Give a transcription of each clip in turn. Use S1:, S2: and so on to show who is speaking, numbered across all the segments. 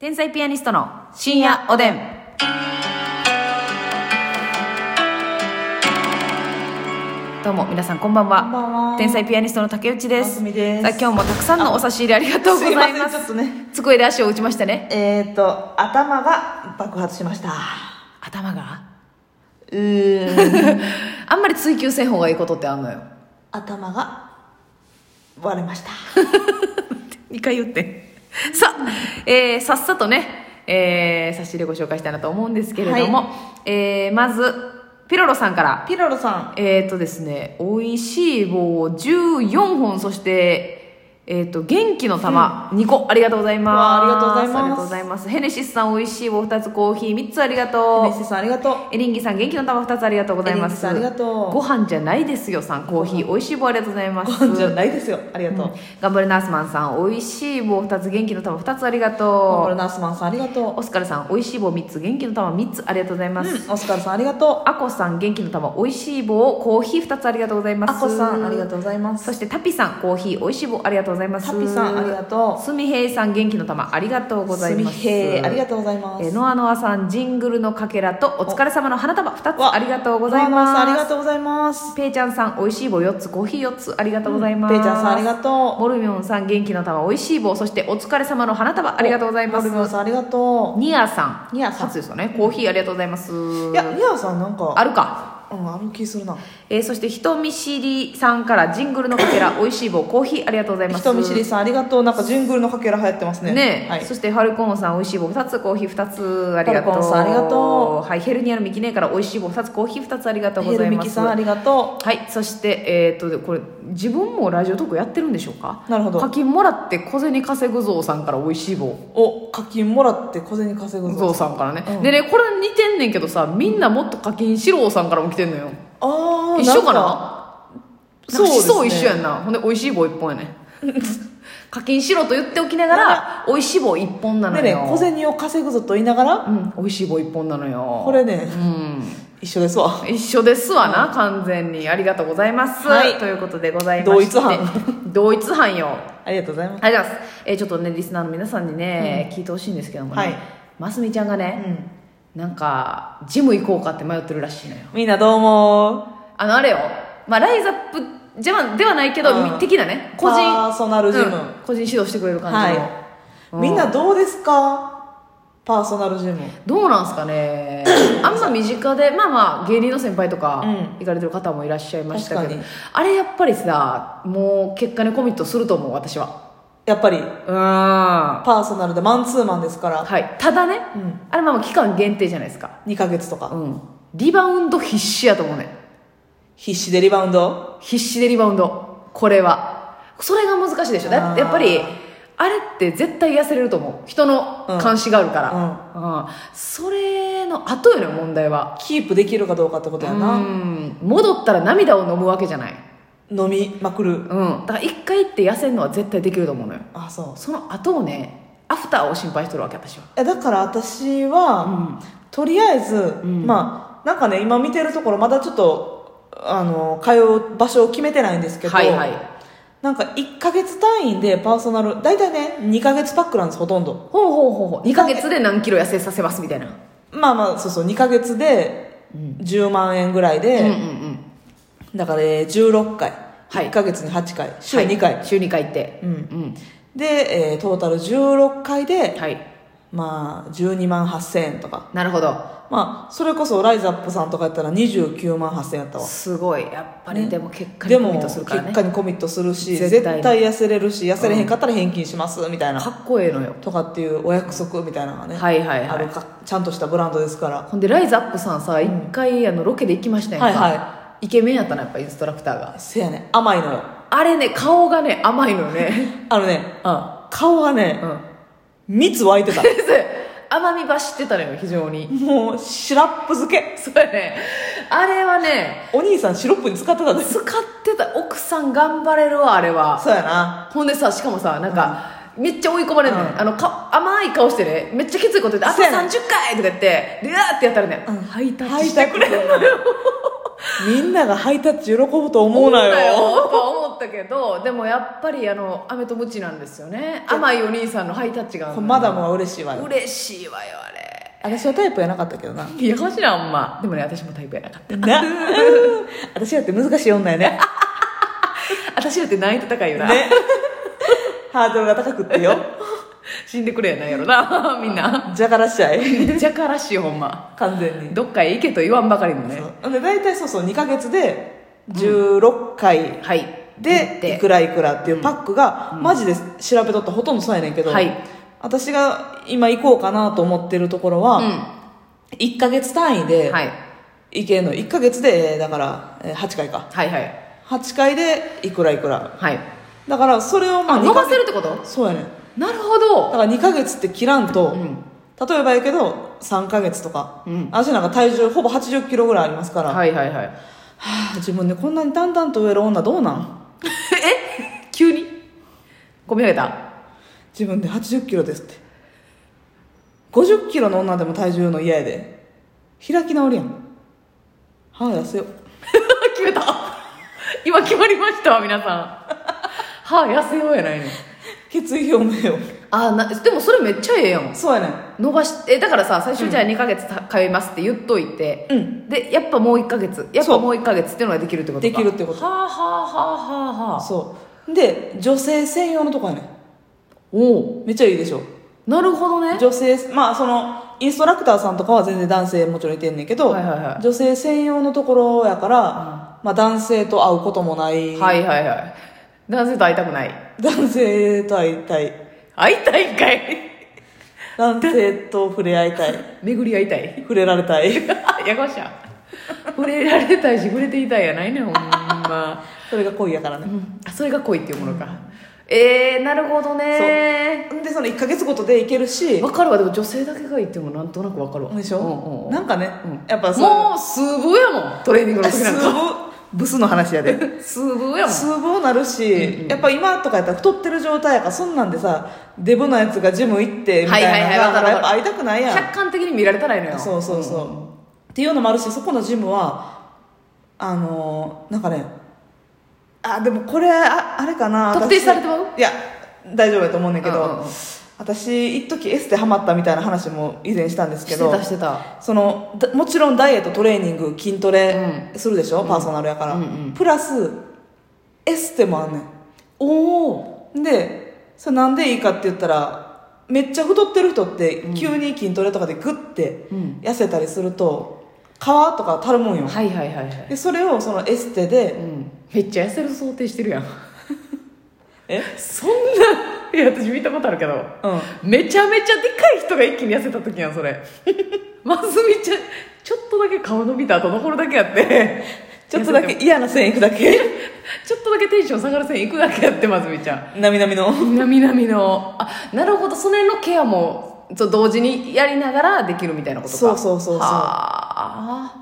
S1: 天才ピアニストの深夜おでん。どうも皆さんこんばんは。
S2: こんばんは
S1: 天才ピアニストの竹内です。
S2: ますみです
S1: さあ今日もたくさんのお差し入れありがとうございます
S2: いませんちょっとね。
S1: 机で足を打ちましたね。
S2: えっ、ー、と、頭が爆発しました。
S1: 頭が。
S2: うーん。
S1: あんまり追求せん方がいいことってあんのよ。
S2: 頭が割れました。
S1: 2回言ってさあ、えーさっさとね、えー差し入れご紹介したいなと思うんですけれども、
S2: は
S1: えーまずピロロさんから
S2: ピロロさん。
S1: えっ、とですね「おいしい棒14本」そしてえー、と元気の玉2個、ありがとうございます
S2: わあありがとうございます
S1: ありがとうございますヘネシスさんおいしい棒2つコーヒー3つありがと
S2: メ
S1: う
S2: ッセさんありがとう。
S1: エリンギさん元気の玉2つありがとうございます
S2: エリンギさんありがとう
S1: ご飯じゃないですよさんコーヒーおいしい棒ありがとうございます
S2: ご飯じゃないですよ。ありがとう。
S1: 頑張れナースマンさんおいしい棒2つ元気の玉2つありが
S2: コー
S1: と
S2: ルナースマンさんありがと
S1: うオスカルさんおいしい棒3つ元気の玉3つありがとうございます、
S2: う。オスカルさんありがと。
S1: アコさん元気の玉おいしい棒コーヒー2つありがとうございうま
S2: ア
S1: す
S2: コさんありがとうございま
S1: そ
S2: す。
S1: してタピさんコーヒーおいしい棒ありがとうございます
S2: タピさんありがとう
S1: スミヘイさん元気の玉ありがとうございます
S2: すみへーありが
S1: と
S2: とうございます。
S1: えーノアノアさんジングルのかけらとお疲れ様の花束2つありがとうござい
S2: ノアノアさんあり
S1: ま
S2: が
S1: す
S2: とうございます。
S1: ペイちゃんさんおいしい棒4つコーヒー4つありがとうございます、
S2: ペイちゃんさんありがとう。
S1: モルミョンさん元気の玉おいしい棒そしてお疲れ様の花束ありがとうございま
S2: モルモン
S1: す
S2: さんありがと
S1: ニアさん
S2: ニアさん
S1: 初ですよねコーヒーありがとうございます
S2: う。いや、ニアさんなんか、
S1: あるか、
S2: うん、ある気するな。
S1: えーそして人見知りさんからジングルのかけらおいしい棒コーヒーありがとうございます
S2: 人見知りさんありがとう。なんかジングルのかけら流行ってますね。
S1: ねえ
S2: はい
S1: そ。してファルコンさんおいしい棒2つコーヒー2つありがと
S2: ファルコ
S1: う
S2: ンさんありがと
S1: う、はい、ヘルニアのミキネーからおいしい棒2つコーヒー2つありがとうご
S2: ヘ
S1: ざ
S2: ル
S1: い
S2: ミ
S1: ま
S2: キ
S1: す
S2: さんありがと
S1: はい、そして、えー、とこれ自分もラジオトークやってるんでしょうか
S2: なるほど
S1: 課金もらって小銭稼ぐぞうさんからおいしい棒
S2: うお課金もらって小銭稼ぐ
S1: ゾ
S2: ぞ
S1: ウさんからね、
S2: うん
S1: でねこれ似てんねんけどさみんなもっと課金しろうさんからも来てんのよ
S2: ああ
S1: 一緒かな
S2: そうですね
S1: 思想一緒やんなほんで美味しい棒一本やね 課金しろと言っておきながら美味しい棒一本なの
S2: で
S1: よ
S2: ね小銭を稼ぐぞと言いながら
S1: うん美味しい棒一本なのよ
S2: これね
S1: うん
S2: 一緒ですわ
S1: 一緒ですわな、完全にありがとうございます、
S2: はい
S1: ということでございまして
S2: 同一犯
S1: 同一犯よ
S2: ありがとうございます
S1: ありがとうございます、えーちょっとねリスナーの皆さんにね、聞いてほしいんですけどもね、
S2: はい
S1: ますみちゃんがね、
S2: うん
S1: なんかジム行こうかって迷ってるらしいのよ
S2: みんなどうも
S1: あのあれよ、まあ、ライザップじゃではないけど、
S2: うん
S1: 的なね個人
S2: パーソナルジム
S1: うん個人指導してくれる感じの、
S2: は
S1: う
S2: みんなどうですかパーソナルジム
S1: どうなんすか ねあんま身近でまあまあ芸人の先輩とか
S2: うん
S1: 行かれてる方もいらっしゃいましたけ
S2: 確
S1: ど、
S2: かに
S1: あれやっぱりさもう結果にコミットすると思う私は
S2: やっぱり
S1: うんは
S2: パーソナルでマンツーマンですから
S1: いただね、
S2: うん
S1: あれまあまあ期間限定じゃないですか
S2: 2ヶ月とか
S1: うんリバウンド必死やと思うね
S2: 必死でリバウンド
S1: 必死でリバウンドこれはそれが難しいでしょだってやっぱり
S2: あー
S1: あれって絶対痩せれると思う人の監視があるから、うんそれの後よね問題は
S2: キープできるかどうかってことや
S1: う
S2: なん
S1: 戻ったら涙を飲むわけじゃない、
S2: 飲みまくる
S1: うん、だから一回行って痩せるのは絶対できると思うのよ
S2: あそう
S1: その後をねアフターを心配してるわけ私は
S2: えだから私は、とりあえず、まあなんかね今見てるところまだちょっとあの通う場所を決めてないんですけど、
S1: はいはい
S2: なんか1か月単位でパーソナル大体ね2か月パックなんですほとんど
S1: ほうほうほうほう2ヶ月で何キロ痩せさせますみたいな
S2: まあまあそうそう2か月で10万円ぐらいで、
S1: うんうんうん
S2: だから、ね、16回、
S1: はい
S2: 1か月に8回週2回、
S1: はい週2回行って
S2: う、
S1: うんん
S2: で、えートータル16回で、
S1: はい
S2: まあ12万8000円とか
S1: なるほど
S2: まあそれこそライズアップさんとかやったら29万8000円やったわ
S1: すごいやっぱり
S2: ね
S1: でも結果に
S2: で
S1: コ
S2: も
S1: ミットす
S2: 結
S1: るからね
S2: 果にコミットするし
S1: 絶
S2: 絶
S1: 対
S2: 対
S1: に
S2: 痩せれるし痩せれへんかったら返金しますみたいな、
S1: かっこええのよ
S2: とかっていうお約束みたいなのがね、
S1: はいはいはい
S2: あるかちゃんとしたブランドですから
S1: ほんでライズアップさんさ一回あのロケで行きましたやんか、
S2: はい
S1: イケメンやったなやっぱインストラクターが
S2: せやね甘いのよ
S1: あれね顔がね甘いのよね
S2: あのね、顔がね
S1: う、ん
S2: 蜜湧いてた
S1: 甘み走ってたのよ非常に
S2: もうシラップ漬け
S1: そうやねあれはね
S2: お兄さんシロップに使ってたで
S1: 使ってた奥さん頑張れるわあれは
S2: そうやな
S1: ほんでさしかもさなんか、めっちゃ追い込まれるの、
S2: うん
S1: あのか甘い顔してねめっちゃきついこと言って「あと
S2: そうやね
S1: 30回!」とか言って「でやーってやったらね、
S2: うん
S1: ハイタッ
S2: ハ
S1: チ
S2: イ
S1: し
S2: タ
S1: て
S2: ッ
S1: く
S2: チ
S1: れるのよ
S2: みんながハイタッチ喜ぶと思うなよ
S1: 思うなよと思っったけどでもやっぱりあの飴とムチなんですよね甘いお兄さんのハイタッチが
S2: マダムは嬉しいわよ
S1: 嬉しいわよあれ
S2: 私はタイプやなかったけどない
S1: やかしらあんまでもね私もタイプやなかった
S2: な 私だって難しい女やね
S1: 私だって難易度高いよな、
S2: ね ハードルが高くってよ
S1: 死んでくれやないやろな みんな
S2: じゃからしちゃい
S1: めっちゃからしいほんま
S2: 完全に
S1: どっかへ行けと言わんばかりのね
S2: そうで大体そうそう2か月で16回
S1: はい
S2: でいくらいくらっていうパックがマジで調べとったほとんどそうやねんけど、
S1: はい
S2: 私が今行こうかなと思ってるところ
S1: うん
S2: は1か月単位で
S1: はい
S2: 行けんの1か月でえーだからえー8回か
S1: はいはい
S2: 8回でいくらいくら
S1: はい
S2: だからそれをま
S1: あ
S2: あ2
S1: 伸
S2: ヶ
S1: ばせ
S2: 月
S1: るってこと
S2: そうやねん
S1: なるほ
S2: だ
S1: ど
S2: から2か月って切らんと、
S1: うん
S2: 例えばやけど3か月とか、
S1: うん
S2: 私なんか体重ほぼ8 0キロぐらいありますから、
S1: はいはい はい
S2: はあ 自分でこんなに淡々と植える女どうなん
S1: え急に込み上げた
S2: 自分で8 0キロですって5 0キロの女でも体重の嫌やで開き直りやん歯痩せよ
S1: 決めた今決まりましたわ皆 さん歯痩せようやないの
S2: 決意表明を
S1: あなでもそれめっちゃええやん
S2: そうやね
S1: 伸ばしえだからさ最初じゃあ2ヶ月た通いますって言っといて、
S2: んうん
S1: でやっぱもう1ヶ月やっ
S2: そ
S1: ぱ
S2: う
S1: もう1ヶ月っていうのができるってことか
S2: できるってこと
S1: はあはあはあはあはあ
S2: そうで女性専用のとこやね
S1: おお
S2: めっちゃいいでしょ
S1: なるほどね
S2: 女性まあそのインストラクターさんとかは全然男性もちろんいてんねんけど、
S1: はいはいはい
S2: 女性専用のところやから、まあ、男性と会うこともない、
S1: はいはいはい男性と会いたくない
S2: 男性と会いたい
S1: 会いたいんかい
S2: 男性と触れ合いたい
S1: 巡り会いたい
S2: 触れられたい
S1: やかましゃ触れられたいし触れていたいやないねんほんま
S2: それが恋やからね、
S1: あそれが恋っていうものか、えー、なるほどね
S2: でその1か月ごとでいけるし
S1: わかるわでも女性だけがいてもなんとなくわかるわ
S2: でしょ、
S1: うんうんうん
S2: なんかね、
S1: うん
S2: やっぱそう
S1: もう数分やもんトレーニングの時
S2: 数
S1: なん か
S2: 分ブスの話やで
S1: 数分やもん
S2: 数分なるし、やっぱ今とかやったら太ってる状態やからそんなんでさデブのやつがジム行ってみたいな
S1: はいはいはいわか
S2: だ
S1: るわか
S2: からやっ
S1: る
S2: ぱ会いたくないやん
S1: 客観的に見られたらいいのよ
S2: そうそうそう、っていうのもあるしそこのジムはあのーなんかねあでもこれああれかな
S1: 特定
S2: 私
S1: されてまう
S2: いや大丈夫だと思うんだけど、
S1: うんうんうん
S2: 私一時エステハマったみたいな話も以前したんですけ
S1: して
S2: ど
S1: たしてた
S2: そのだもちろんダイエットトレーニング筋トレするでしょ、パーソナルやから、
S1: うんうん
S2: プラスエステもあんねん
S1: おお
S2: でそれなんでいいかって言ったらめっちゃ太ってる人って急に筋トレとかでグッて
S1: うん
S2: 痩せたりすると皮とかたるもんよ、
S1: はいはいはいはい、
S2: でそれをそのエステ
S1: う
S2: で
S1: ん、めっちゃ痩せる想定してるやん
S2: え
S1: そんないや私見たことあるけど
S2: うん
S1: めちゃめちゃでかい人が一気に痩せた時やんそ れまずみちゃんちょっとだけ顔伸びた後残るだけやって
S2: ちょっとだ
S1: 痩せ
S2: け
S1: て
S2: 嫌な線いく だけ
S1: もちょっとだけテンション下がる線いくだけやってまずみちゃん
S2: なみなみの
S1: 南々のあなるほどそれのケアもそう同時にやりながらできるみたいなことか
S2: そうそうそうそう
S1: は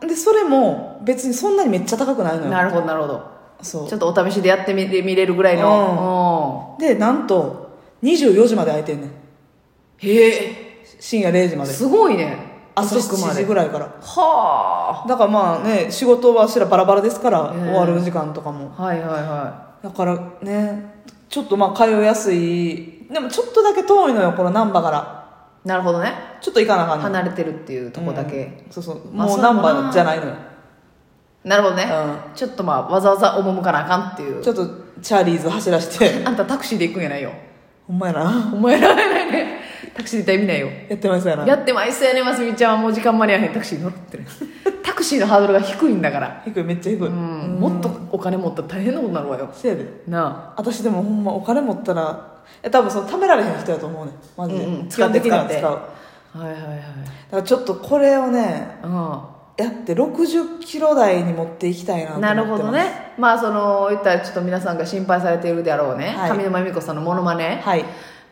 S1: あ
S2: でそれも別にそんなにめっちゃ高くないのよ
S1: なるほどなるほど
S2: そ
S1: ちょっとお試しでやってみれ見れるぐらいの、
S2: うでなんと24時まで空いてんねん
S1: うんへえ
S2: 深夜0時まです
S1: ごいね
S2: 朝
S1: 遅くま
S2: 7時
S1: で
S2: ぐらいから
S1: は
S2: だからまあね仕事はしらバラバラですから
S1: うん
S2: 終わる時間とかも
S1: あはいはいは
S2: だからねちょっとまあ通いやすいでもちょっとだけ遠いのよこの難波から
S1: いなるほどね
S2: ちょっと行かなあかんの
S1: 離れてるっていうとこだけ、
S2: うんそうそう
S1: まあ
S2: もう
S1: そうだ
S2: 難
S1: な
S2: 波じゃないのよ、
S1: なるほどね、ちょっとまあわざわざ赴かなあかんっていう
S2: ちょっとチャーリーズ走らし て
S1: あんたタクシーで行くんやないよ
S2: ほんまやな
S1: お前らないねタクシー絶対見ないよ
S2: やってますやな
S1: やってまいそうやねますみちゃんはもう時間間に合わへんタクシー乗ってる タクシーのハードルが低いんだから、
S2: 低いめっちゃ低い、
S1: うんもっとお金持ったら大変なことになるわよ
S2: せやで
S1: な
S2: 私でもほんまお金持ったらえ多分その貯められへん人やと思うねんマジで、
S1: うんうん
S2: 基本的には使う
S1: 使
S2: だ
S1: っ
S2: か
S1: あはいはいはい
S2: らちょっとこれをね
S1: う
S2: やって60キロ台に持っていきたいなと思
S1: ん、
S2: ってま
S1: な
S2: す
S1: るほどねまあその言ったらちょっと皆さんが心配されているであろうね、
S2: はい
S1: 上沼恵美子さんのモノマネ
S2: はい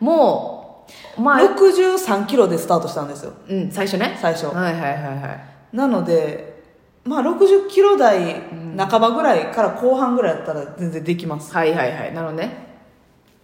S1: もうまあ、
S2: 63キロでスタートしたんですよ
S1: うん、最初ね
S2: 最初
S1: はいはいはいはい
S2: なのでまあ60キロ台半ばぐらいから後半ぐらいだったら全然できます
S1: はいはいはいなるほどね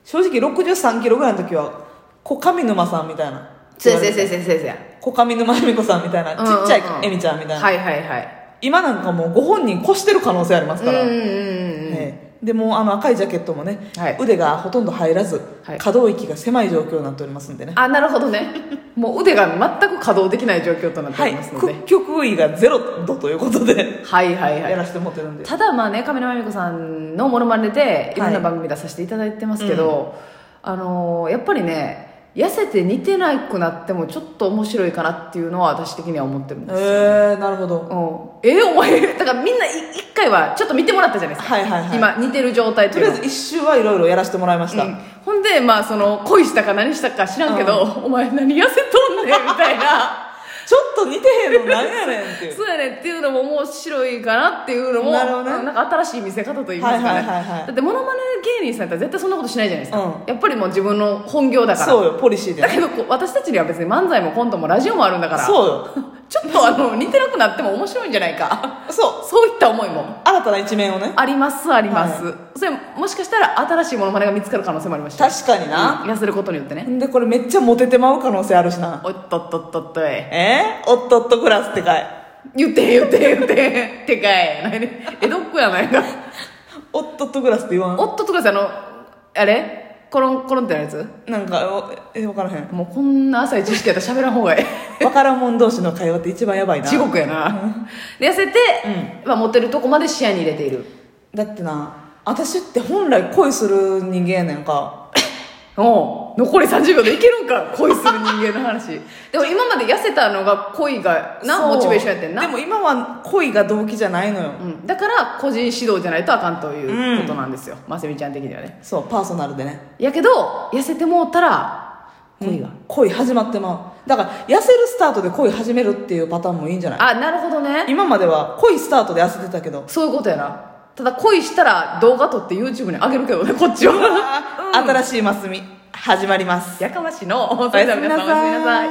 S2: 正直63キロぐらいの時は小上沼さんみたいな
S1: せやせやせやせやせやせや
S2: 小上沼恵美子さんみたいな
S1: うんうんうん
S2: ちっちゃい恵美ちゃんみたいな、
S1: はいはいはい
S2: 今なんかもうご本人越してる可能性あります
S1: うん
S2: から、
S1: うんうんうん
S2: ねでもうあの赤いジャケットもね、
S1: はい
S2: 腕がほとんど入らず、
S1: はい
S2: 可動域が狭い状況になっておりますんでね
S1: あなるほどねもう腕が全く稼働できない状況となってお
S2: はい
S1: りますので、
S2: 屈曲位がゼロ度ということで
S1: はい、はいはい
S2: やらせてもらってるんで
S1: ただまあね上沼恵美子さんのものまねでいろんな番組出させていただいてますけど、あのーやっぱりね痩せて似てなくなってもちょっと面白いかなっていうのは私的には思ってるん
S2: え
S1: です、
S2: ー、なるほど
S1: うんえお前だからみんない一回はちょっと見てもらったじゃないですか、
S2: はいはいはい
S1: 今似てる状態と
S2: と
S1: い
S2: り
S1: う
S2: あ
S1: の
S2: えず一周はいろいろやらせてもらいました、
S1: うんほんでまあその恋したか何したか知らんけど、お前何痩せとんねんみたいな
S2: ちょっと似てへんのなんやねんってい う
S1: そうやねんっていうのも面白いかなっていうのも
S2: なるほどね
S1: んか新しい見せ方といいますかね、
S2: はいはいはいはい
S1: だってモノマネ芸人さんやったら絶対そんなことしないじゃないですか、
S2: う
S1: やっぱりもう自分の本業だから
S2: そうよポリシーで
S1: だけどこう私たちには別に漫才もコントもラジオもあるんだから
S2: そうよ
S1: ちょっとあの似てなくなっても面白いんじゃない か
S2: そう
S1: そういった思いも
S2: 新たな一面をね
S1: ありますあります、それもしかしたら新しいモノマネが見つかる可能性もありましたよ
S2: 確かにな、
S1: うん痩せることによってね、
S2: ん、でこれめっちゃモテてまう可能性あるしな
S1: おっとっとっとっとえ
S2: えー、おっとっとクラスってかい
S1: 言って言って言っててかい何江戸っ子やないか
S2: おっとっとクラスって言わん
S1: おっとっとくださいあのあれコロンコロンってなるやつ
S2: なんかおえ分からへん
S1: もうこんな浅い知識やったら喋らん方がいい
S2: 分からんもん同士の会話って一番やばいな
S1: 地獄やなで痩せて、まあ、モテるとこまで視野に入れている
S2: だってな私って本来恋する人間やねんか
S1: おう残り30秒でいけるんか恋する人間の 話でも今まで痩せたのが恋がな
S2: そう
S1: モチベーションやってんな
S2: でも今は恋が動機じゃないのよ
S1: うん、だから個人指導じゃないとあかんということなんですよ、ませみちゃん的にはね
S2: そうパーソナルでね
S1: やけど痩せてもうたら恋が、
S2: うん恋始まってまうだから痩せるスタートで恋始めるっていうパターンもいいんじゃない
S1: あなるほどね
S2: 今までは恋スタートで痩せてたけど
S1: そういうことやなただ恋したら動画撮って YouTube に上げるけどねこっちは
S2: 新しいマスミ始まります
S1: やかましのそれでは皆さんお
S2: おや
S1: や
S2: す
S1: す
S2: み
S1: み
S2: な
S1: な
S2: さい
S1: さい